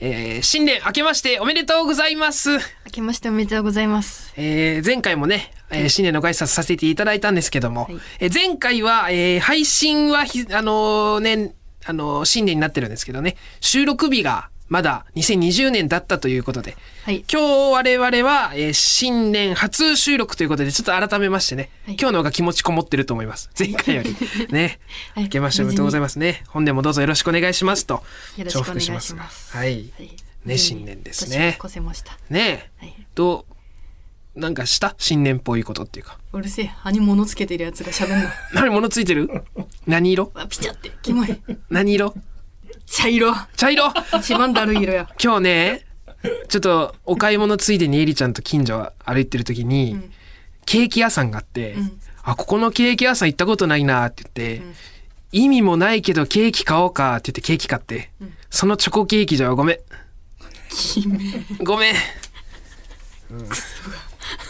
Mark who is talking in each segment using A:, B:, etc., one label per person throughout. A: えー新年明けましておめでとうございます。
B: 明けましておめでとうございます。
A: えー前回もね、えー新年のご挨拶させていただいたんですけども、
B: はい
A: えー前回は、えー配信はひ、あのーね、あのー新年になってるんですけどね、収録日がまだ2020年だったということで、
B: はい。
A: 今日我々は、えー新年初収録ということで、ちょっと改めましてね、
B: はい
A: 今日の方が気持ちこもってると思います。前回より。ね。
B: はい
A: 明けましておめでとうございますね。本年もどうぞよろしくお願いしますと。
B: よろしくお願いし
A: 重
B: ま
A: 複
B: す。
A: がはい。
B: はい
A: ね新年ですね
B: 年を越せました。
A: ねえ。
B: はい。
A: どう、なんかした新年っぽいことっていうか。
B: うるせえ、歯に物つけてるやつが喋 んの。
A: 何物ついてる何色
B: わ、ピチャって、キモい。
A: 何色
B: 茶色。
A: 茶色
B: 一番だるい色や。
A: 今日ね、ちょっとお買い物ついでにエリちゃんと近所歩いてる時に、
B: ん
A: ケーキ屋さんがあって、
B: ん
A: あ、ここのケーキ屋さん行ったことないなって言って、意味もないけどケーキ買おうかって言ってケーキ買って、そのチョコケーキじゃごめん。
B: キメ。
A: ごめん。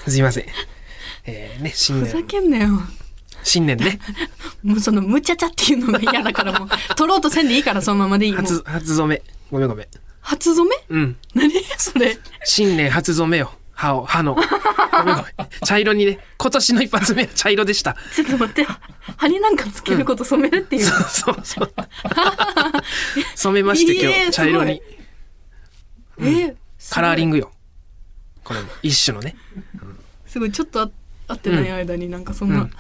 A: すいません。えーね、新
B: ふざ
A: 年、
B: けんなよ。
A: 新年ね、
B: もうその、むちゃちゃっていうのが嫌だからもう、取ろうとせんでいいから、そのままでいい。もう
A: 初、初染め。ごめんごめん。
B: 初染め
A: うん。
B: 何それ。
A: 新年初染めよ。歯を、歯の。 ごめんごめん。茶色にね、今年の一発目は茶色でした。
B: ちょっと待って、歯になんかつけること染めるっていう。
A: そうそう。 染めまして今
B: いい
A: 日、
B: え
A: 茶色
B: す
A: に。
B: えー
A: カラーリン
B: グ。
A: グよ。これも、一種のね。
B: すごい、ちょっとあ合ってない間になんかそんな。
A: うん、こ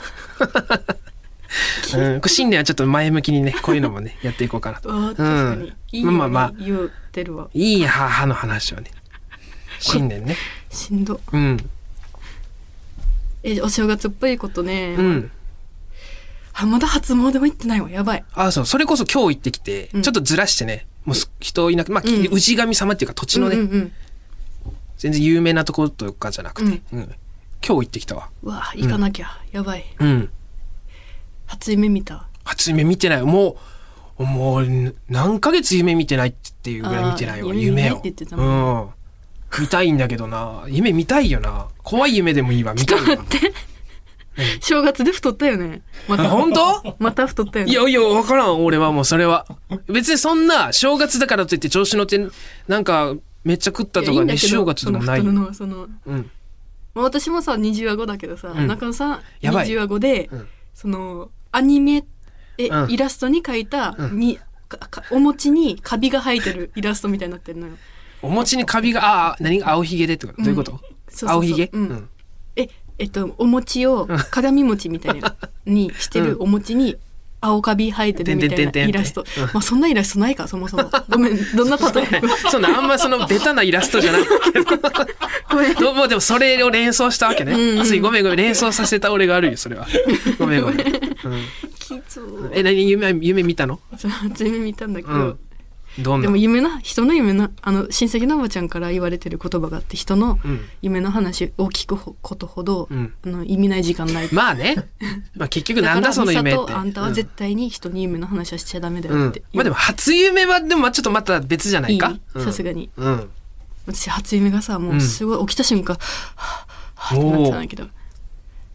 A: れ新年はちょっと前向きにね、こういうのもね、 やっていこうかなと。
B: あー確かに。いいよ、
A: まあまあまあ
B: 言うてるわ。
A: いい歯、歯の話をね。新年ね。
B: しんど。
A: うん。
B: え、お正月っぽいことね。
A: うん。
B: あ、まだ初詣も行ってないわ。やばい。
A: あ、そう、それこそ今日行ってきて、
B: うん
A: ちょっとずらしてね、もうす人いなく、まあ、
B: うん
A: 氏神様っていうか土地のね、
B: うんうんうん。
A: 全然有名なところとかじゃなくて、うん。今日行ってきたわ。
B: うわあ、行かなきゃ。やばい。
A: うん。
B: 初夢見た。
A: 初夢見てない。もう、もう、何ヶ月夢見てないっていうぐらい見てない
B: あ
A: よ、
B: ー
A: 夢を。
B: 夢見ないって言ってた
A: うん。見たいんだけどな。夢見たいよな。怖い夢でもいいわ、見たいわ。
B: 正月で太ったよね。ま
A: あ
B: た。
A: 本当
B: また太ったよね。
A: いやいや、わからん、俺はもうそれは。別にそんな、正月だからといって調子乗って、なんか、めっちゃ食った
B: いや
A: と
B: いい
A: か
B: んだ
A: ね、
B: けど
A: 正月でもない
B: そ。の太るのはその、
A: うん。
B: まあ、私もさ、二重顎だけどさ、
A: うん
B: 中野さん、
A: やばい
B: 二重顎で、
A: うん
B: その、アニメ、え、
A: うん
B: イラストに描いた、
A: うん
B: に、かかお餅にカビが生えてるイラストみたいになってるのよ。
A: お餅にカビが、ああ、何青ひげでってことどういうこと
B: そうそうそう
A: 青ひげ
B: うんえ、えっと、お餅を鏡餅みたいなにしてるお餅に青カビ生えてるみたいなイラスト
A: てんてんてんてんてんう。
B: まあそんなイラストないか、そもそも。ご めん、どんな例え
A: そんな、あんまその、ベタなイラストじゃないけど。
B: ごめん。
A: どうもでもそれを連想したわけね。
B: うんうん
A: ついごめんごめん。連想させた俺が悪いよ、それ は。ごめんごめん。
B: きつ
A: うん
B: ー。
A: え、何夢、夢見たの
B: そう初夢見たんだけど、
A: うんどん
B: で
A: な
B: も夢な、人の夢な、あの、親戚のおばちゃんから言われてる言葉があって、人の
A: うん
B: 夢の話を聞くことほど、
A: うん
B: あの意味ない時間ない。
A: まあね。まあ結局なんだその夢って。
B: から美里あんたは絶対に人に夢の話はしちゃダメだ
A: うんう
B: よっ
A: ん
B: て。
A: まあでも初夢は、でもまあちょっとまた別じゃないい
B: い
A: か。うん
B: さすがに。
A: うん。
B: 私初夢がさもうすごい起きた瞬間、はぁはぁってなってたんだけど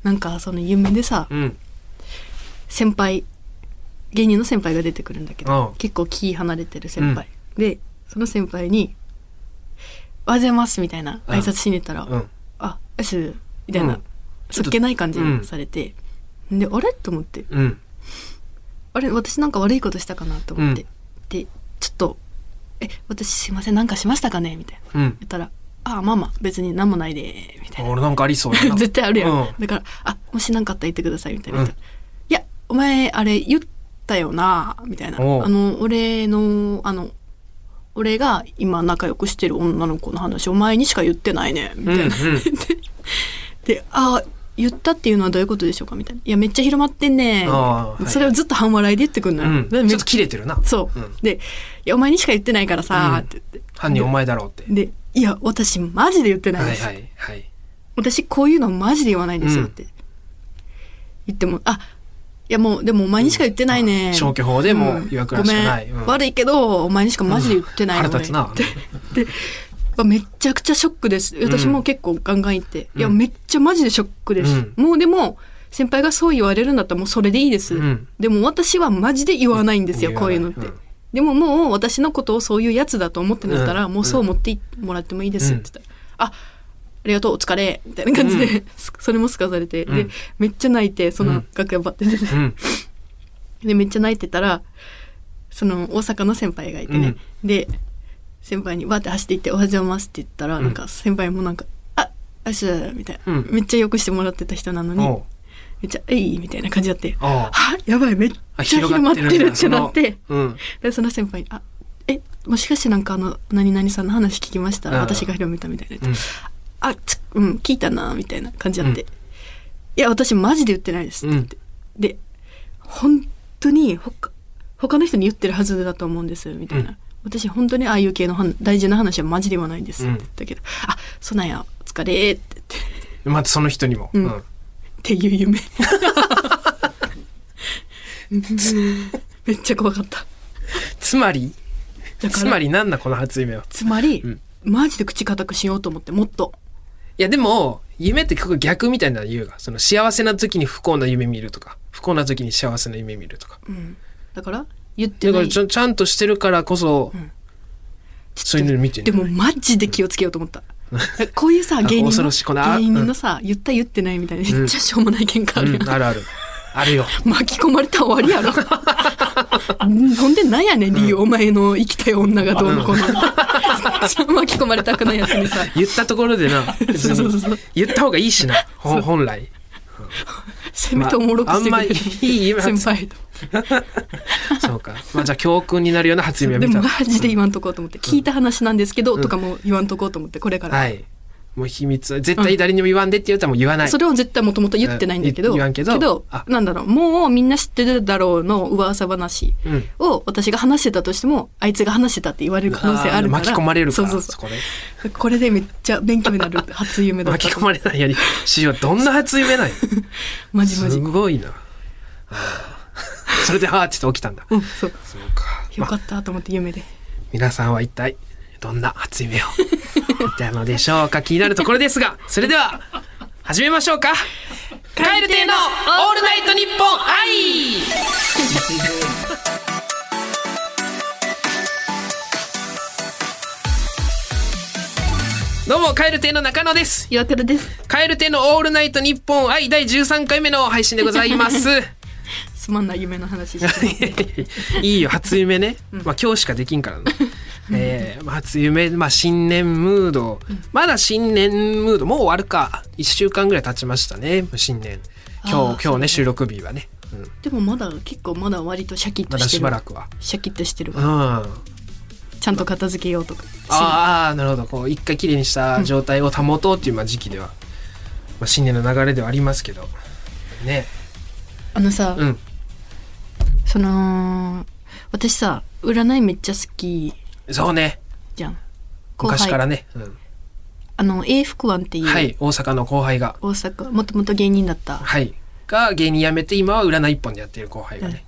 B: なんかその夢でさ
A: うん。
B: 先輩芸人の先輩が出てくるんだけ
A: う
B: ど
A: ん
B: 結構気離れてる先輩、でその先輩に「おはようございます」みたいな挨拶しに行ったら「
A: うん。
B: あっす」みたいな、
A: うん
B: そっけない感じにされて、であれと思って
A: うん。
B: あれ私なんか悪いことしたかなと思って、
A: うん
B: でちょっと「え私すいませんなんかしましたかね?」みたいな
A: うん。
B: 言ったら「ああまあまあ別に何もないで」みたいな。
A: 俺なんかありそうやな。
B: 絶対あるやん、
A: うん
B: だから「あもし何かあったら言ってください」みたいな、
A: うん
B: いやお前あれ言ったよな」みたいな「あ
A: おう
B: の俺のあの俺が今仲良くしてる女の子の話お前にしか言ってないね」みたいな、
A: うんうん
B: で「あ言ったっていうのはどういうことでしょうか?」みたいな「いやめっちゃ広まってんね」
A: あーはい
B: それをずっと半笑いで言ってくんのよ、
A: うん。ち
B: で
A: ょっ
B: めっ
A: と切れてるな。
B: そう、
A: うん
B: で「いやお前にしか言ってないからさ」
A: うん
B: って言って
A: 犯人お前だろうって。
B: で「いや私マジで言ってない
A: は
B: で
A: い
B: す」
A: はいはい。
B: 私こういうのマジで言わないんですよって言っても、あいやもうでもお前にしか言ってないね、
A: うん消去法でも
B: ん
A: 岩倉しかない
B: ごめん
A: うん
B: 悪いけどお前にしかマジで言ってない
A: 腹
B: の
A: 立つな。
B: でまあめちゃくちゃショックです私も結構ガンガン言って、
A: うん
B: いやめっちゃマジでショックです、もうでも先輩がそう言われるんだったらもうそれでいいです、
A: うん
B: でも私はマジで言わないんですよ、
A: 言
B: こ
A: わ
B: う
A: な
B: いう
A: い
B: のって、
A: うん
B: でももう私のことをそういうやつだと思ってなったら、
A: うん
B: もうそう思っていもらってもいいですって言ったら、あ、ありがとう、お疲れ、みたいな感じで、それ もすかされて、
A: う
B: で
A: ん、
B: めっちゃ泣いて、その楽屋ばって出て、
A: うん。
B: で、めっちゃ泣いてたら、その大阪の先輩がいてね、で、先輩にバーって走っていって、おはようございますって言ったら、
A: うん
B: なんか先輩もなんか、あ、あしゃみたいな、
A: うん
B: めっちゃよくしてもらってた人なのに、
A: おう
B: めっちゃ、えいみたいな感じだって、
A: おう
B: はやばい、めっちゃ
A: あ
B: 広まってるって
A: 広
B: なっ。
A: が
B: て
A: んだ、そのうん。
B: でその先輩に「あえもしかしてなんかあの何々さんの話聞きました
A: うん
B: 私が広めた」みたいな、
A: うん
B: あつうん聞いたな」みたいな感じあって「
A: うん
B: いや私マジで言ってないです」って言って、で本当にほか他の人に言ってるはずだと思うんですみたいな、
A: うん
B: 私本当にああいう系のはん大事な話はマジで言わないんです」
A: う
B: っ
A: ん
B: て言ったけど「あそなんやお疲れ」って言って
A: うん。またその人にも。
B: うんっていう 夢 めっちゃ怖かった
A: つまり、
B: だから
A: つまりなんだこの初夢は。
B: つまり、
A: うん
B: マジで口固くしようと思ってもっと
A: いやでも、夢って結構逆みたいなの言うが、その幸せな時に不幸な夢見るとか、不幸な時に幸せな夢見るとか。
B: うんだから言って
A: だか
B: な
A: ら
B: い
A: ちゃんちゃんとしてるからこそ、そういうの見て
B: で
A: ね。
B: もマジで気をつけようと思ったこういうさ芸人
A: 恐
B: の
A: ろしいこのあ
B: 芸人のさ、言った言ってないみたいなめっちゃしょうもない喧嘩あるや、
A: うんん、あるある。あるよ。
B: 巻き込まれたら終わり やろうんほんでなんやねん理由、お前の生きたい女がどうのこうの巻き込まれたくないやつに さ
A: 言ったところでな、別
B: そうそうそう
A: に言った方がいいしな、ほん本来。
B: せめておもろくしてくれる、
A: まああんまいい夢
B: 先輩と
A: そうか。まあじゃあ教訓になるような初夢を
B: で
A: 見た
B: も。マジで言わんとこうと思って、聞いた話なんですけど、とかも言わんとこうと思ってこれから、
A: はい。もう秘密は、絶対誰にも言わんでって言ったらもう言わない。
B: それを絶対もともと言ってないんだけど、
A: うん言わんけどあ
B: なんだろう、もうみんな知ってるだろうの噂話
A: うん
B: を私が話してたとしても、あいつが話してたって言われる可能性あるから。
A: ー巻き込まれるから、
B: そ
A: そう
B: そう
A: こで。
B: そう。これでめっちゃ勉強になる初夢だった。
A: 巻き込まれないよう にしよう。どんな初夢なんや。
B: マジマ
A: す
B: ジ。
A: ごいな。あーそれで、あーって起きたんだ。
B: うん、そう。
A: そうか。
B: よかったと思って夢で。
A: 皆さんは一体どんな初夢を見たのでしょうか気になるところですがそれでは始めましょうか蛙亭の「オールナイトニッポン愛」どうも蛙亭の中野です
B: 岩倉です。
A: 蛙亭の「オールナイトニッポン愛」第13回目の配信でございます
B: すまんない夢の話して
A: いいよ初夢ね、まあ、今日しかできんから な、えーまあ、初夢、まあ、新年ムード、まだ新年ムードもう終わるか1週間ぐらい経ちましたね新年今
B: あー
A: 日今日ね収録日はね、うん
B: でもまだ結構まだ割とシャキッ
A: ま
B: と
A: だ
B: して
A: し
B: る。
A: ばらくは。
B: シャキッとしてる
A: うん、あ
B: ちゃんと片付けようとか。
A: あーなるほどこう一回きれいにした状態を保とうっていうまあ時期では、まあ、新年の流れではありますけどね
B: あのさ、
A: うん
B: その、私さ、占いめっちゃ好き
A: そうね
B: じゃん。
A: 昔からね、うん
B: あの、A 福庵っていう、
A: はい大阪の後輩が
B: 大阪、もともと芸人だった、
A: はいが芸人辞めて今は占い一本でやっている後輩がね、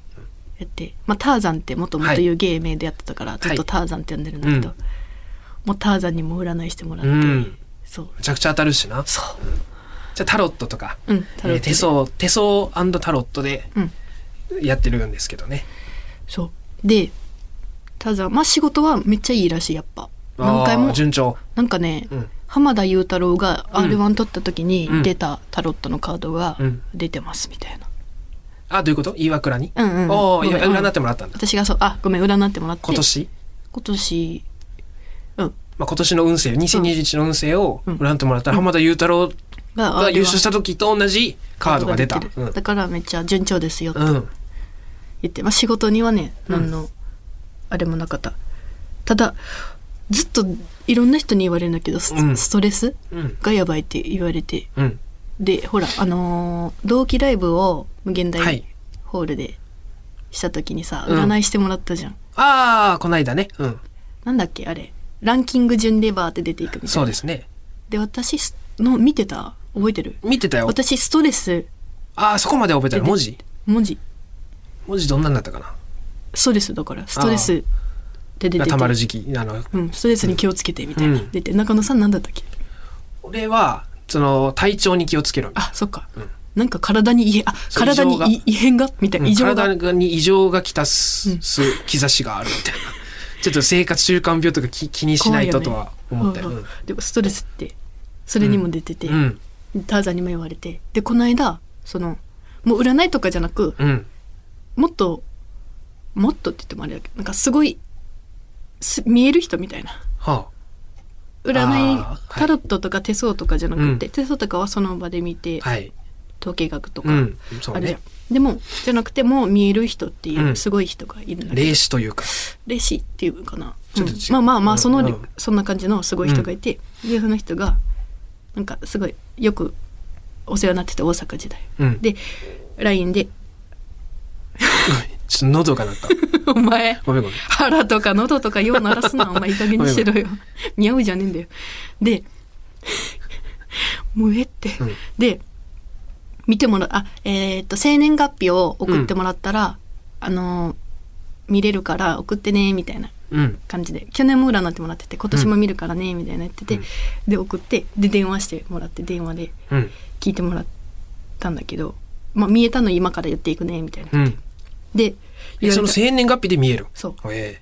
B: やって、まあ、ターザンってもともという芸名でやってたから、ずっとターザンって呼んでるんだけど、
A: うん
B: もうターザンにも占いしてもらっ
A: う
B: て、
A: ん。
B: そう。
A: めちゃくちゃ当たるしな。
B: そ
A: じゃあタロットとか、
B: う。うん、タロッ
A: えー
B: トで
A: 手相、手相タロットで
B: うん
A: やってるんですけどね。
B: そう。で、ターザン、まあ、仕事はめっちゃいいらしい、やっぱ。何回
A: あ
B: も
A: ー、順調。
B: なんかね、
A: うん。
B: 浜田雄太郎が
A: うん
B: R1 取った時
A: う
B: に
A: ん
B: 出たタロットのカードが
A: うん
B: 出てますみたいな。
A: あ、どういうこと岩倉に。
B: うんうん
A: おーい
B: ごめん
A: や
B: うん
A: 占ってもらったんだ。
B: 私がそう、あ、ごめん、占ってもらって。
A: 今。年、
B: 今年、うん。
A: まあ、今年の運勢、2021の運勢を
B: うん
A: 占ってもらったら、浜田雄太郎
B: が
A: が優勝
B: し
A: した時と同じカードが出た。
B: でき
A: う
B: る
A: ん
B: だ。からめっちゃ順調ですよって
A: うん。
B: 言って、まあ、仕事にはね
A: うん
B: 何のあれもなかった、ただずっといろんな人に言われるんだけどス,、
A: うん
B: トレス
A: うん。
B: がやばいって言われて
A: うん。
B: でほらあのー同期ライブを無限
A: は
B: 大
A: い
B: ホールでした時にさ、
A: うん
B: 占いしてもらったじゃん
A: ああ、こないだね。うん。
B: なんだっけあれランキング順でバーって出ていくみたいな
A: そうですね。
B: で私の見てた覚えてる
A: 見てたよ。
B: 私ストレス
A: ああ、そこまで覚えたら文字
B: 文字
A: 文字どんなんだったかな
B: ストレスだからストレスで出て
A: が
B: て
A: 溜まる時期。あの、
B: うん、ストレスに気をつけてみたいな、
A: うん
B: 出て中野さん何だったっけ
A: 俺はその体調に気をつけろみたい
B: あそっか、
A: うん
B: なんか体に異変あ
A: そう異
B: 体
A: 常が
B: に異異変がみたいな異常が
A: 体に異常がきたす,、兆しがあるみたいな ちょっと生活習慣病とかき気にしないととは思ったよ
B: うんうんでもストレスってそれにも出てて、
A: うん
B: ターザンにも言われてでこの間そのもう占いとかじゃなく
A: うん
B: もっともっとって言ってもあれだけどなんかすごいす見える人みたいな
A: は
B: 占い
A: あーはい
B: タロットとか手相とかじゃなくて、手相とかはその場で見て、
A: あはい
B: 統計学とか、
A: うんそ
B: あ
A: う
B: れじゃ
A: ね
B: んでもじゃなくても見える人っていううんすごい人がいるんだけど、
A: 霊視というか
B: レシっていうかな、
A: ちょっと
B: うん
A: 違う
B: まあまあまあその、
A: うん
B: そんな感じのすごい人がいて、でその人がなんかすごいよくお世話になってて大阪時代
A: うん
B: で LINE で
A: ちょっと喉が鳴った
B: 「お前
A: ごめんごめん
B: 腹とか喉とかよう鳴らすなお前いい加減にしろよ似合うじゃねえんだよ」でもうええって、
A: うん
B: で見てもらあえーっと生年月日を送ってもらったら、あのー見れるから送ってねみたいな
A: うん
B: 感じで去年も占ってもらってて今年も見るからねみたいなやってて、
A: うん
B: で送ってで電話してもらって電話で
A: うん
B: 聞いてもらったんだけど、まあ、見えたの今からやっていくねみたいな。
A: うん
B: で
A: え
B: 言わ
A: そ
B: れ
A: の
B: た
A: 生年月日で見える
B: そう
A: ええ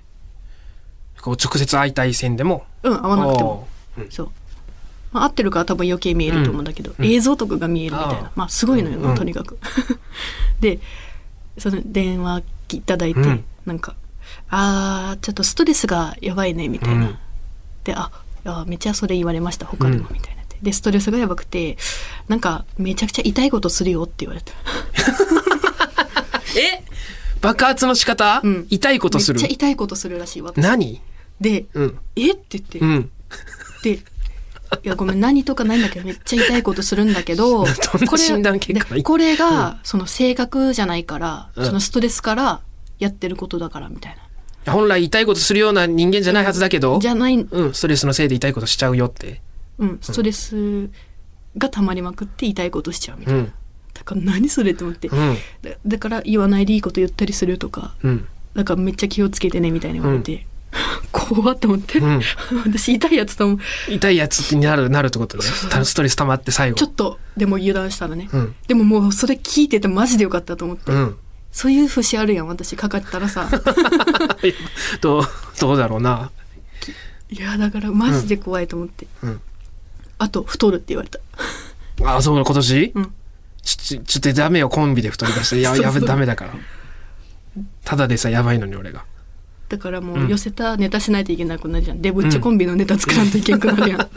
A: こう直接会いたい線でも
B: うん合わなくても
A: おーうん
B: そう、まあ、合ってるから多分余計見えると思うんだけど、
A: うん
B: 映像とかが見えるみたい
A: あ
B: な
A: あ
B: まあすごいのよ、
A: うん
B: とにかく でその電話いただいて、
A: うん
B: なんかあーちょっとストレスがやばいねみたいな、
A: うん
B: でああめっちゃそれ言われました他でも
A: うん
B: みたいなででストレスがやばくてなんかめちゃくちゃ痛いことするよって言われた
A: え爆発の仕方、
B: うん
A: 痛いことする
B: めっちゃ痛いことするらしいわ
A: 何
B: で、
A: うん
B: えって言って、
A: うん
B: で「いやごめん何とかないんだけどめっちゃ痛いことするんだ けど
A: んな診断結果
B: これでこれがその性格じゃないから、
A: うん
B: そのストレスからやってることだから」みたいな
A: 本来痛いことするような人間じゃないはずだけど、
B: じゃない、
A: うん、ストレスのせいで痛いことしちゃうよって。
B: うん、ストレスが溜まりまくって痛いことしちゃうみた
A: う
B: いな、
A: ん。
B: だから何それって思って、
A: うん。
B: だだから言わないでいいこと言ったりするとか
A: うん。
B: だからめっちゃ気をつけてねみたいに言われて、 怖っと思って、
A: うん
B: 私痛いやつとも
A: 痛いやつになる、なるってことね。たストレス溜まって最後。
B: ちょっとでも油断したらね、
A: うん
B: でももうそれ聞いててマジでよかったと思って、
A: うん。
B: そういう節あるやん私かかった らさ
A: どう、どうだろうな。
B: いやだからマジで怖いと思って、
A: うん
B: あと太るって言われた
A: あ、そうだ、今年、
B: うん
A: ちょ、ちょ、ちょっとダメよ、コンビで太り出して。いや、
B: そう
A: や
B: そう
A: べ、ダメだから。ただでさ、やばいのに俺が。
B: だからも
A: うん
B: う寄せたネタしないといけなくなるじゃん、デブッチョコンビのネタ作らんといけなくなるやん、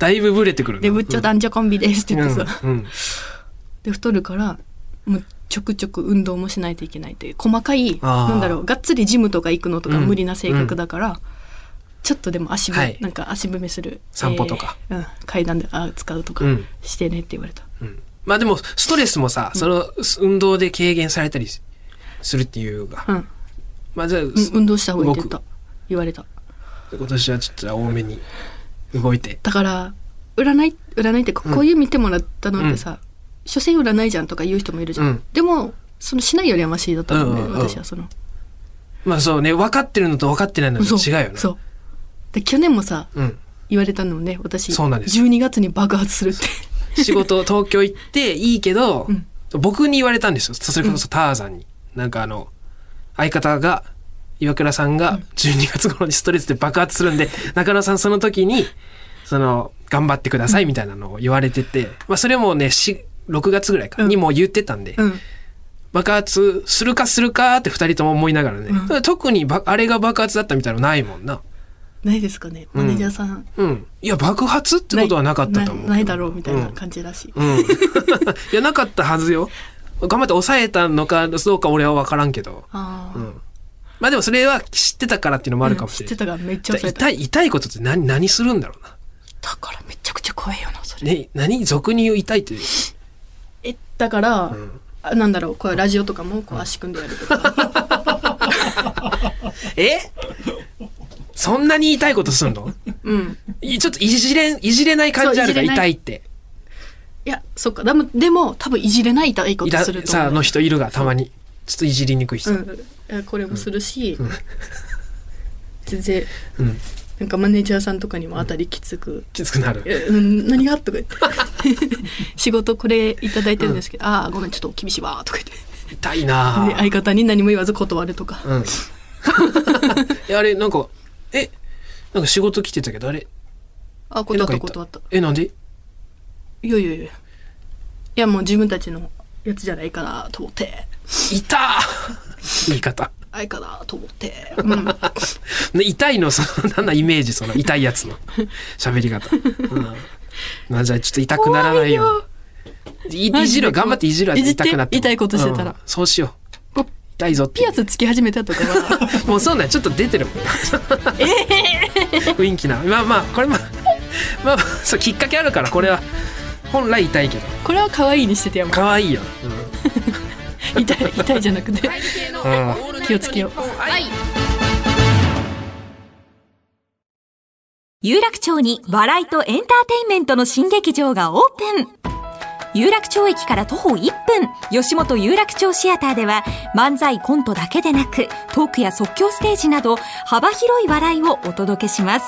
A: だいぶブレてくるな
B: デブッチョ男女コンビですって言ってさ、
A: うん。うん。
B: で太るからもうちょくちょく運動もしないといけないという細かい
A: あー
B: なんだろうがっつりジムとか行くのとか
A: うん
B: 無理な性格だから、ちょっとでも足踏、
A: はい
B: なんか足踏みする
A: 散歩とか、
B: えーうん、階段であ使うとか
A: うん
B: してねって言われた、
A: うんまあでも、ストレスもさ、その、す運動で軽減されたりするっていうが。
B: うんうん
A: まあじゃあ、
B: 運動した方がいいって言っ
A: 動
B: た言われた
A: 今年はちょっと多めに動いて。
B: だから占い占いってここういう見てもらったのってさ、所詮占いじゃんとか言う人もいるじゃん、
A: うん
B: でもそのしないよりはマシだと思うんだよ、
A: うんうんうん
B: 私はその
A: まあそうね、分かってるのと分かってないのと
B: 嘘
A: 違うよね。
B: そうで去年もさ
A: うん。
B: 言われたのね私
A: そうなんです
B: 12月に爆発するって
A: 仕事、東京行っていいけど、
B: うん
A: 僕に言われたんですよ。それこそターザンに。なんかあの、相方が、岩倉さんが12月頃にストレスで爆発す るんで、中野さんその時に、その、頑張ってくださいみたいなのを言われてて、まあそれもね、し6月ぐらいか、
B: うん
A: にもう言ってたんで、
B: うん
A: 爆発するかするかって二人とも思いながらね、
B: う
A: 特にばあれが爆発だったみたいなのないもんな。
B: ないですかねマネージャーさん、
A: うん。いや、爆発って
B: ない
A: ことはなかったと思うけど
B: なないだろうみたいな感じだし、
A: うん。うん いや、なかったはずよ。頑張って抑えたのか、どうか俺は分からんけど。
B: ああ、
A: うん。まあでもそれは知ってたからっていうのもあるかもしれ
B: 知
A: ない。
B: ってたからめっちゃ抑えた
A: 痛い、痛いことって何、何するんだろうな。
B: だからめちゃくちゃ怖いよなそれ、
A: ね、何俗に言う痛いって。
B: えだから、
A: ん
B: あなんだろうこれラジオとかもこう足組んでやるとか、
A: えそんなに痛いことすんの
B: うん
A: いちょっといじれん、いじれない感じあるか
B: そういじれない
A: 痛いって。
B: いやそっかでもでも多分いじれない痛いこ
A: い
B: と
A: た
B: すると
A: さあ
B: 思う
A: の人いるが、たまに。ちょっといじりにくい人。
B: うんえこれもするし、全然、
A: うん
B: なんかマネージャーさんとかにもあたりきつく
A: きつくな
B: 「
A: る。
B: えうん、何が?」とか言って 仕事これいただいてるんですけど「ああごめんちょっと厳しいわ」とか言って
A: 痛いな
B: で
A: ぁ。
B: 相方に何も言わず断るとか
A: うん。 えあれ、なんか、え、なんか仕事来てたけど、あれ、
B: 「あ
A: え
B: 断
A: なん
B: っ
A: か
B: た
A: 言
B: 断った」
A: え、なんで
B: 「いやいやいやいやもう自分たちのやつじゃないかなと思って
A: 痛ー 言い方。
B: あいかなと思って、 うん、
A: ね痛いの、その、なんだイメージ、その痛いやつの喋り方。うん。まあじゃあちょっと痛くならないように。い
B: マジ
A: い
B: で
A: じるわ頑張っていじるわ
B: いじって
A: 痛くなっても
B: 痛いことしてたら
A: うんそうしよう
B: こう
A: 痛いぞって
B: ピアスつき始めたとかは
A: もうそうなんちょっと出てるもん雰囲気なまあまあこれまあまあそうきっかけあるからこれは本来痛いけど
B: これは可愛いにしててやも
A: 可愛いよ、
B: う痛い痛いじゃなくて
A: うん
B: 気をつけよう
C: 有楽町に笑いとエンターテインメントの新劇場がオープン有楽町駅から徒歩1分吉本有楽町シアターでは漫才コントだけでなくトークや即興ステージなど幅広い笑いをお届けします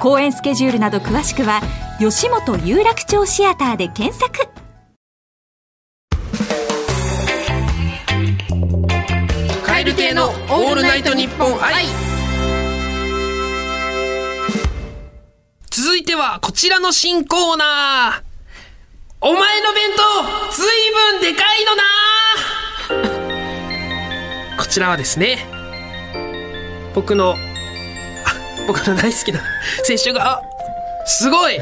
C: 公演スケジュールなど詳しくは吉本有楽町シアターで検索
A: カエル亭のオールナイトニッポン愛続いてはこちらの新コーナーお前の弁当ずいぶんでかいのなこちらはですね僕のあ僕の大好きな青春があすごい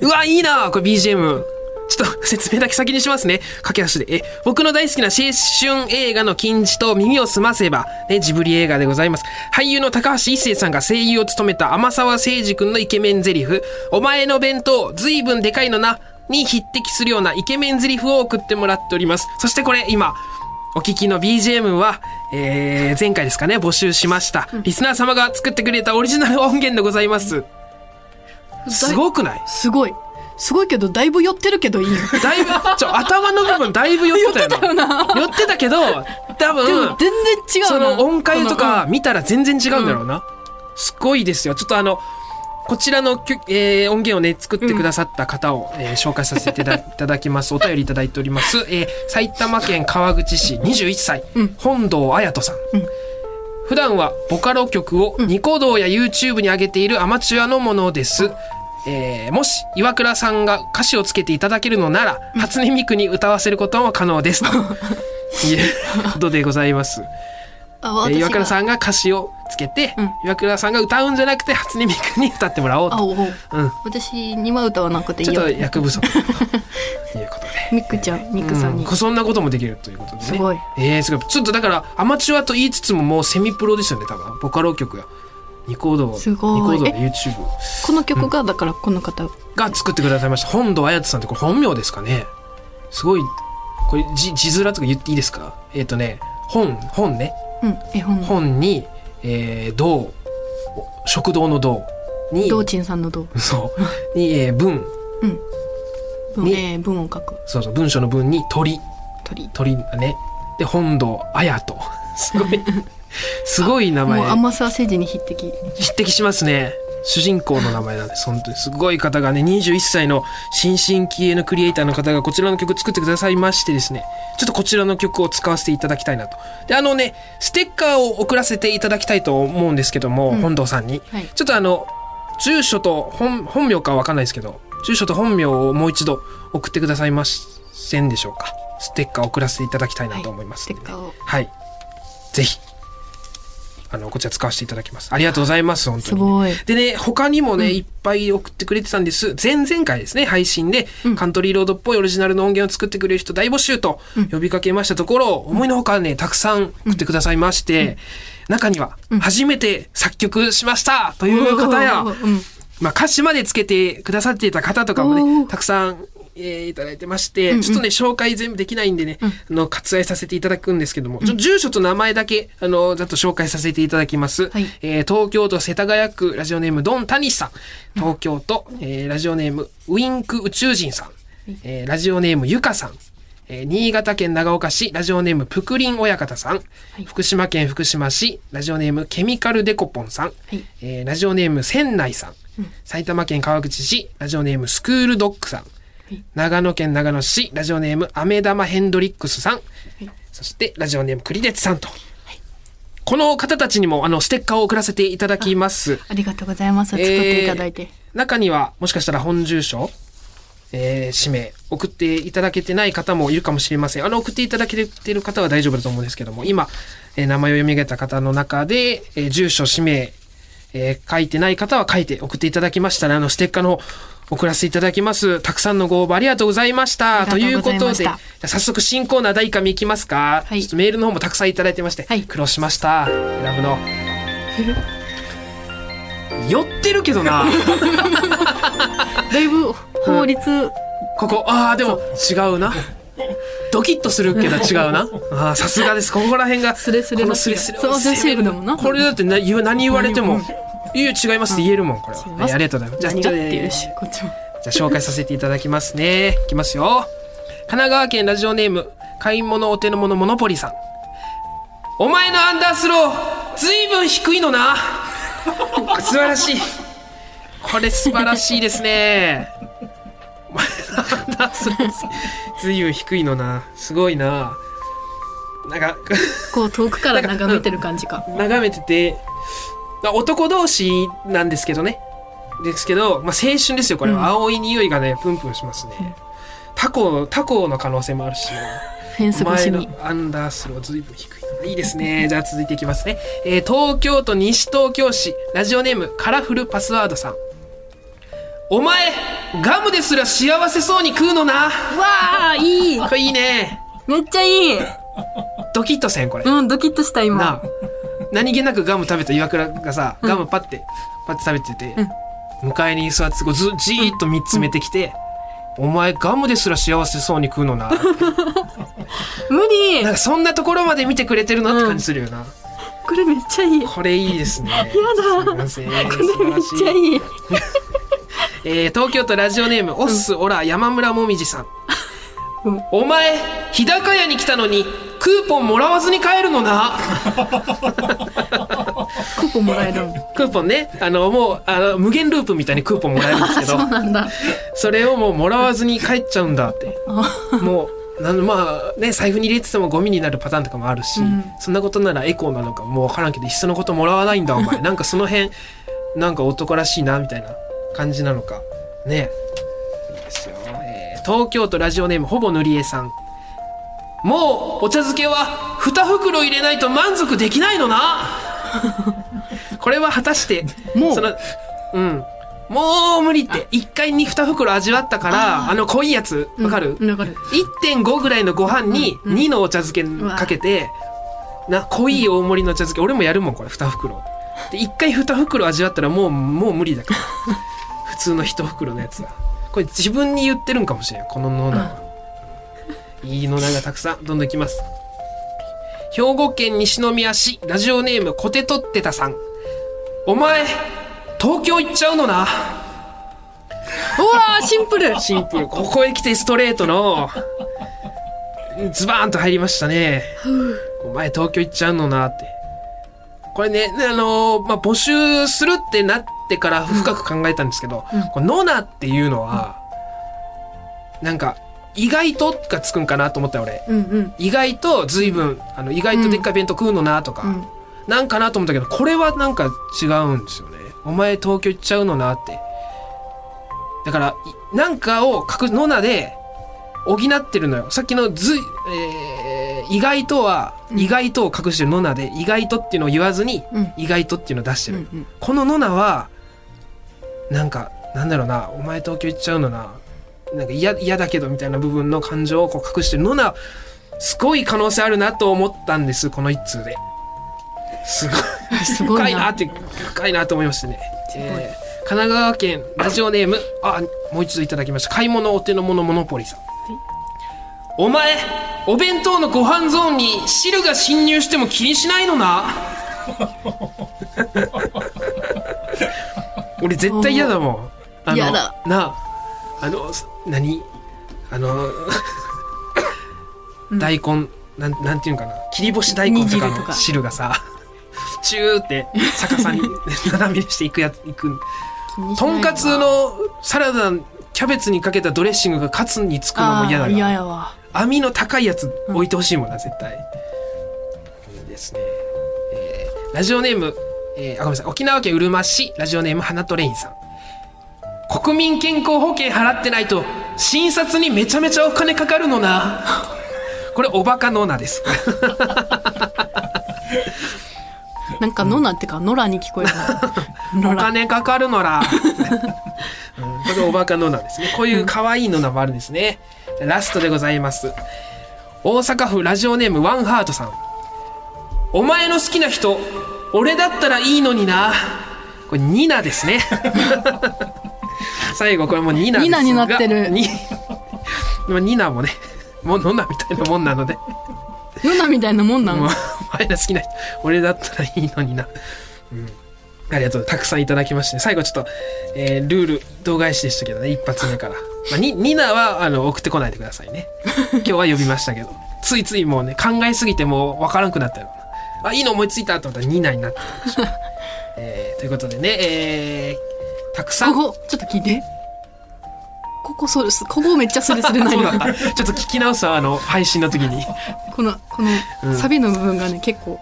A: うわいいなこれ BGM ちょっと説明だけ先にしますね駆け足でえ僕の大好きな青春映画の金字と耳を澄ませば、ね、ジブリ映画でございます俳優の高橋一生さんが声優を務めた天沢誠二君のイケメンゼリフ「お前の弁当ずいぶんでかいのな」に匹敵するようなイケメンゼリフを送ってもらっておりますそしてこれ今お聞きの BGM は、えー前回ですかね募集しました、リスナー様が作ってくれたオリジナル音源でございますすごくない
B: すごいすごいけどだいぶ寄ってるけどいいよ
A: だいぶ、ちょ、頭の部分だいぶ寄ってたよな。 寄ってたけど、多
B: でも
A: 分、
B: 全然違う
A: そ
B: な
A: の音階とか見たら全然違うんだろうな。すごいですよ。ちょっとあの、こちらのきゅ、えー音源をね、作ってくださった方を、えー紹介させ ていただいただきます。お便りいただいております。えー埼玉県川口市21歳、本堂綾人さん。普段はボカロ曲をニコ動や YouTube に上げているアマチュアのものです。えーもし岩倉さんが歌詞をつけていただけるのなら、初音ミクに歌わせることも可能 です。ということでございます。
B: あ
A: えー
B: 私が
A: 岩倉さんが歌詞をつけて、岩倉さんが歌うんじゃなくて初音ミクに歌ってもらおう
B: あ
A: と。
B: おう
A: うん、
B: 私には歌わなくていい
A: ちょっ
B: よ
A: と役 不足ということで。
B: ミックちゃんミックさんに、
A: うんそんなこともできるということですね。
B: ごい
A: えー、すごい。ちょっとだから、アマチュアと言いつつももうセミプロですよね、多分。ボカロ曲や。ニコ動、
B: すごい
A: ニコ動や
B: え
A: YouTube
B: この曲がだからこの方、
A: が作ってくださいました。本堂綾人さんってこれ本名ですかねすごい、これ字、字面とか言っていいですかえっ、とね、本、本ね。
B: うん、絵本の
A: 本に、えー、道、食堂の道に、
B: 道珍さんの道
A: そう。 に、えー、文、
B: 文,、
A: に
B: えー文を書く
A: そうそう、文章の文に鳥、
B: 鳥も
A: 鳥だね。で、本堂綾人。 すご い、すごい名
B: う
A: 前。
B: 甘さ政治に匹敵
A: 匹敵しますね主人公の名前なんです本当にすごい方がね21歳の新進気鋭のクリエイターの方がこちらの曲作ってくださいましてですねちょっとこちらの曲を使わせていただきたいなとであのねステッカーを送らせていただきたいと思うんですけども、
B: うん
A: 本堂さんに、
B: はい
A: ちょっとあの住所と本本名かわかんないですけど住所と本名をもう一度送ってくださいませんでしょうかステッカーを送らせていただきたいなと思います
B: ステ
A: んで
B: ッ
A: ね、
B: カーを
A: はい。ぜひ。あの、こちら使わせていただきます。ありがとうございます、本当
B: す
A: にね、
B: ごい
A: でね、他にもね、いっぱい送ってくれてたんです。前々回ですね、配信で、カントリーロードっぽいオリジナルの音源を作ってくれる人大募集と呼びかけましたところ、思いのほかね、たくさん送ってくださいまして、中には、初めて作曲しましたという方や、
B: うん
A: まあ、歌詞までつけてくださっていた方とかも
B: お
A: ね
B: ー
A: たくさん、えーいただいてまして、ちょっとね紹介全部できないんでね、あの割愛させていただくんですけども、ちょ住所と名前だけあのざっと紹介させていただきます、
B: はい
A: えー東京都世田谷区ラジオネームドン・タニシさん東京都、えーラジオネームウィンク宇宙人さん、えーラジオネームゆかさんえー新潟県長岡市、ラジオネームぷくりん親方さん、
B: い
A: 福島県福島市、ラジオネームケミカルデコポンさん、
B: い
A: えーラジオネーム仙内さん、埼玉県川口市、ラジオネームスクールドッグさん、
B: い
A: 長野県長野市、ラジオネームアメ玉ヘンドリックスさん、そしてラジオネームクリデツさんと。この方たちにもあのステッカーを送らせていただきます。
B: ありがとうございます。作っていただいて。
A: えー中にはもしかしたら本住所、えー氏名送っていただけてない方もいるかもしれませんあの送っていただけてる方は大丈夫だと思うんですけども今、えー名前を読み上げた方の中で、えー住所氏名、えー書いてない方は書いて送っていただきましたらあのステッカーの方送らせていただきますたくさんのご応募ありがとうございました
B: あ
A: とい
B: り
A: う
B: が
A: こ
B: とうござい
A: と
B: ま
A: で
B: した
A: じゃあ早速新コーナー第1回目いきますか、
B: はい
A: ちょっとメールの方もたくさんいただいてまして、
B: はい
A: 苦労しましたラブの寄ってるけどな
B: だいぶ法律、
A: ここああでも違うなドキッとするけど違うなあーさすがですここら辺が
B: スレスレ
A: こ
B: の
A: のスレスレ
B: そう、セーフだもんな。
A: これだってな言う何言われても
B: 何
A: 「いや違います」って言えるもんこれは、はい、ありがとうございますじゃあ
B: 何
A: ちょ
B: がっ
A: って
B: いう
A: と
B: し、こっちも。
A: じゃあ紹介させていただきますね。いきますよ。神奈川県ラジオネーム、買い物お手の物モノポリさん。お前のアンダースロー、ずいぶん低いのな。素晴らしい。これ素晴らしいですね。お前のアンダースロー、ずいぶん低いのな。すごいな。なんか、
B: こう遠くから眺めてる感じか。
A: 眺めてて、まあ男同士なんですけどね。ですけど、まあ、青春ですよ、これは。
B: うん
A: 青い匂いがね、プンプンしますね。タコ、タコの可能性もあるし、
B: フェンス越
A: 前
B: し
A: の
B: に。
A: アンダースローずいぶん低い。いいですね。じゃあ続いていきますね。えー東京都西東京市、ラジオネーム、カラフルパスワードさん。お前、ガムですら幸せそうに食うのな。
B: わあ、いい
A: これいいね。
B: めっちゃいい
A: ドキッとせん、これ。
B: うん、ドキッとした今。
A: なあ何気なくガム食べた岩倉がさ、ガムパッてパッて食べてて、向かいに座ってこうずじーっと見つめてきて「お前ガムですら幸せそうに食うの な」
B: 無理
A: なんかそんなところまで見てくれてるなって感じするよな、
B: これめっちゃいい。 や
A: これいいですねやだ
B: だ。
A: すい
B: こ
A: ません
B: れめっちゃいい。
A: えー東京都ラジオネームオッスオラ山村もみじさん、
B: うん
A: お前日高屋に来たのにクーポンもらわずに帰るのな
B: クーポンもらえるの。
A: クーポンねあのもうあの無限ループみたいにクーポンもらえるんですけ ど
B: そうなんだ。
A: それをもうもらわずに帰っちゃうんだってもうなんまあね財布に入れててもゴミになるパターンとかもあるし、
B: ん
A: そんなことならエコーなのかもう分からんけどいっそのこともらわ ないんだお前なんかその辺なんか男らしいなみたいな感じなのかねいいですよ、えー東京都ラジオネームほぼ塗り絵さんもうお茶漬けは2袋入れないと満足できないの なこれは果たして
B: もう
A: そのうんもう無理って1回に2袋味わったからあの濃いやつわかる、
B: うんわかる。
A: 1.5ぐらいのご飯に2のお茶漬けかけて、な濃い大盛りのお茶漬け俺もやるもんこれ2袋で1回2袋味わったらもうもう無理だから 普通の1袋のやつはこれ自分に言ってるんかもしれんこのノーナはいいノーナがたくさんどんどんいきます兵庫県西宮市ラジオネームコテトってたさんお前東京行っちゃうのな
B: うわー、シンプル
A: シンプル。ここへ来てストレートの、ズバーンと入りましたね。お前東京行っちゃうのなって。これね、ねあのーまあ、募集するってなってから深く考えたんですけど、このノナっていうのは、なんか、意外とがつくんかなと思ったよ俺。
B: うんうん。
A: 意外と随分、あの、意外とでっかい弁当食うのなとか、
B: うん
A: なんかなと思ったけど、これはなんか違うんですよね。お前東京行っちゃうのなって。だから、いなんかを隠、ノナで補ってるのよ。さっきのずい、えー意外とは、意外とを隠してるノナで、意外とっていうのを言わずに、
B: うん
A: 意外とっていうのを出して
B: う
A: る。
B: んうん。
A: このノナは、なんか、なんだろうな、お前東京行っちゃうのな、なんか嫌嫌だけどみたいな部分の感情をこう隠してるノナ、すごい可能性あるなと思ったんです、この一通で。すごい。
B: すご
A: 深
B: い
A: いな
B: な
A: っ。て、深いなと思いましたね。えー神奈川県ラジオネーム、あ、もう一度いただきました。買い物お手の物モノポリさん。お前、お弁当のご飯ゾーンに汁が侵入しても気にしないの な俺絶対嫌だもん。あの
B: 嫌だ。
A: なあ、あの、何あの、大根、なんなんていうんかな切り干し大根とか
B: 煮汁とか
A: の汁がさチューって逆さに斜めにしていくやついく
B: 気にし
A: と
B: ないわ
A: んかつのサラダキャベツにかけたドレッシングがカツにつくのも嫌だ
B: あ
A: か
B: ー嫌
A: ら
B: やわ
A: 網の高いやつ置いてほしいもんな、絶対いいですね、えーラジオネーム、えーあごめんなさい沖縄県うるま市ラジオネーム花とレインさん国民健康保険払ってないと診察にめちゃめちゃお金かかるのなこれおバカのなです
B: なんかノナってかノラに聞こえたノ
A: お
B: ラ
A: 金かかるの ら、うんこれおバカのなんですねこういう可愛いのなもあるんですねラストでございます大阪府ラジオネームワンハートさんお前の好きな人俺だったらいいのになこれニナです ね最後これもうニナですが
B: ニナになってる
A: にで もニナもねもう飲んだみたいなもんなので
B: ノナみたいなもんな
A: もう
B: の
A: お前の好きな人俺だったらいいのにな、うん、ありがとうたくさんいただきまして、最後ちょっと、えールール動返しでしたけどね一発目から、まあ、にニナはあの送ってこないでくださいね今日は呼びましたけどついついもうね考えすぎてもう分からんくなったよあいいの思いついたと思ったらニナになってたんでしょう、 えーということでね、えーたくさん
B: ここちょっと聞いてここそここめっちゃスレスレ な
A: そうだっ
B: の
A: たちょっと聞き直すわあの配信の時に
B: このこのサビの部分がね結構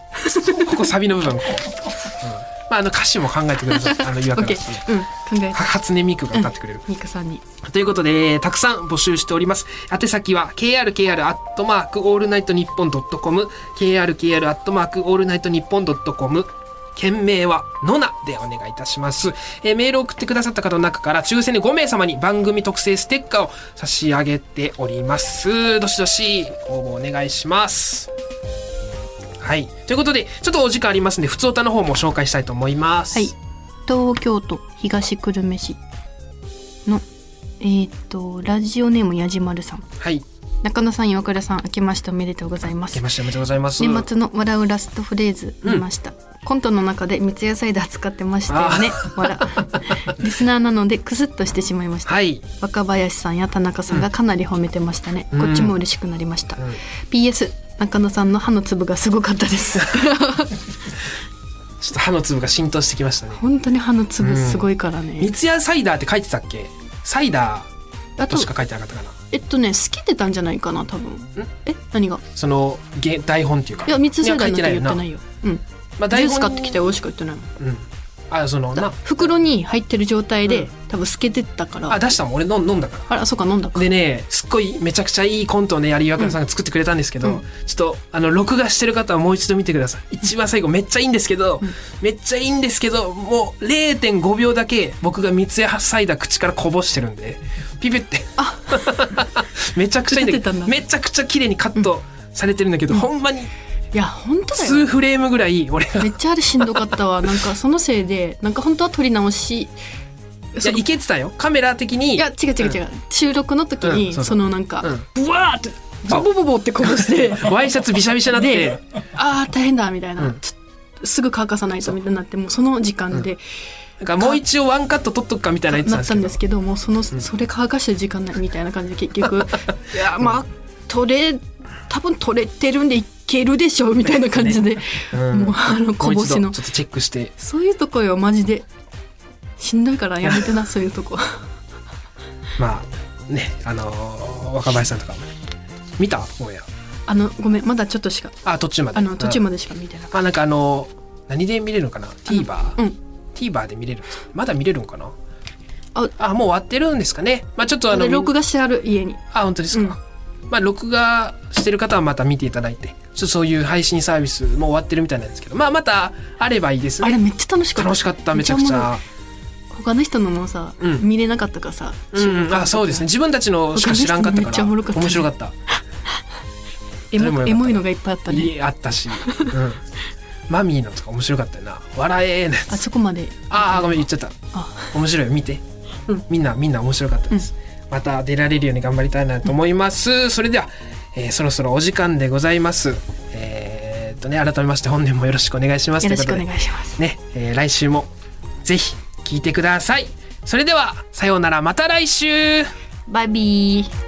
A: ここサビの部分ここ、うんまあ、あの歌詞も考えてくださいあの岩
B: オッ
A: 倉
B: ケ
A: さんね
B: ーうん考え
A: は
B: た
A: 初音ミクが歌ってくれる。
B: ミカさんに
A: ということで、えーたくさん募集しております。宛先は、krkr.allnightnippon.com、krkr.allnightnippon.com、件名は、のなでお願いいたします。えーメールを送ってくださった方の中から、抽選で5名様に番組特製ステッカーを差し上げております。どしどし、応募お願いします。はい。ということで、ちょっとお時間ありますんで、普通歌の方も紹介したいと思います。
B: はい。東京都東久留米市のえっ、とラジオネームやじまるさん
A: はい。
B: 中野さん岩倉さん明けましておめでとうございま
A: 明け
B: す
A: ましておめでとうございます。
B: 年末の笑うラストフレーズ見ました、コントの中で三ツ矢サイダー使ってましたよね笑 リスナーなのでクスッとしてしまいました、
A: はい。
B: 若林さんや田中さんがかなり褒めてましたね、
A: うん
B: こっちも嬉しくなりました、
A: うん
B: PS 中野さんの歯の粒がすごかったです
A: ちょっと歯の粒が浸透してきましたね。
B: 本当に歯の粒すごいからね、
A: 三ツ矢サイダーって書いてたっけサイダ
B: あ
A: ーと
B: と
A: しか書いてなかったかな
B: えっとね好きてたんじゃないかな多分え何が
A: そのげ台本っていうか
B: いや三ツ矢サイ
A: い
B: ダーなんて
A: や書い
B: 言
A: て
B: って
A: な
B: ないい
A: よ
B: ようん
A: な、まあ、
B: ジュース買
A: 本
B: ってきたよ美味しく言ってないもん
A: うんあその
B: だ
A: な
B: 袋に入ってる状態
A: う
B: で、
A: ん
B: 多分透けてったから
A: あ
B: あ
A: 出したもん俺飲ん飲んだから
B: らそうか飲んだか
A: でねすっごいめちゃくちゃいいコントをねやり岩倉さんが作ってくれたんですけど、
B: うん
A: ちょっとあの録画してる方はもう一度見てください一番最後めっちゃいいんですけど、めっちゃいいんですけどもう0.5秒だけ僕が三ツ矢サイダー口からこぼしてるんでピピって
B: あ
A: めちゃくちゃいいんだけ
B: 映ってた
A: ど
B: んだ
A: めちゃくちゃ綺麗にカットされてるんだけど、ほんまに
B: いや本当だよ
A: 数フレームぐらい俺が
B: めっちゃあれしんどかっ たわなんかそのせいでなんか本当は撮り直し
A: いや
B: その
A: いけてたよカメラ的に
B: いや違う違う違う、収録の時に、
A: うんそうそう
B: そのなんか、
A: う
B: ブワーってボボボボってこぼして
A: ワイシャツびしゃびしゃなって
B: であー大変だみたいな、
A: うん
B: ちょっとすぐ乾かさないとみたいになってもうその時間で
A: なんかもう一応ワンカット撮っとくかみたいな言ってたんで
B: なっ
A: す
B: た
A: け
B: ん
A: ど
B: ですけど、もうその、それ乾かしてる時間ないみたいな感じで結局 いやまあ取れ多分取れてるんでいけるでしょうみたいな感じで、
A: うん
B: もうあのこ
A: もう
B: ぼ
A: 一
B: し
A: 度
B: の
A: ちょっとチェックして
B: そういうとこよマジでしんどいからやめてなそういうとこ
A: まあねあのー若林さんとかも見たもうや
B: あのごめんまだちょっとしか
A: あ途中まで
B: あの途中
A: ま
B: までしか見てなかっ
A: あなんかあのー何で見れるのかな TVer
B: たうん
A: TVer で見れるんですかまだ見れるのかな
B: あ
A: あもう終わってるんですかねまあちょっとあの
B: で録画してある家に
A: あ本当ですか、まあ録画してる方はまた見ていただいてちょっとそういう配信サービスもう終わってるみたいなんですけどまあまたあればいいです
B: あれ
A: ね
B: めっちゃ楽しかった
A: 楽しかっためちゃくちゃ
B: おもろい他の人のもさ、
A: うん
B: 見れなかったからさ、
A: うんうんあそうですね自分たちのしか知らんかったから
B: めっちゃおもろかったね
A: 面白かった
B: エ
A: それもよか
B: モ
A: った
B: エモいのがいっぱいあったね
A: いいあったし、うん、マミーのとか面白かったよな笑えーなや
B: あ
A: つ
B: そこまで
A: ああごめん言っちゃった
B: あ
A: 面白いよ見て、
B: うん
A: みんなみんな面白かったです、また出られるように頑張りたいなと思います、それでは、えーそろそろお時間でございますえーっとね改めまして本年もよろしくお願いします
B: よろしくお
A: とい
B: 願
A: うこ
B: いします
A: とでね、えー来週もぜひ聞いてくださいそれではさようならまた来週
B: バイビー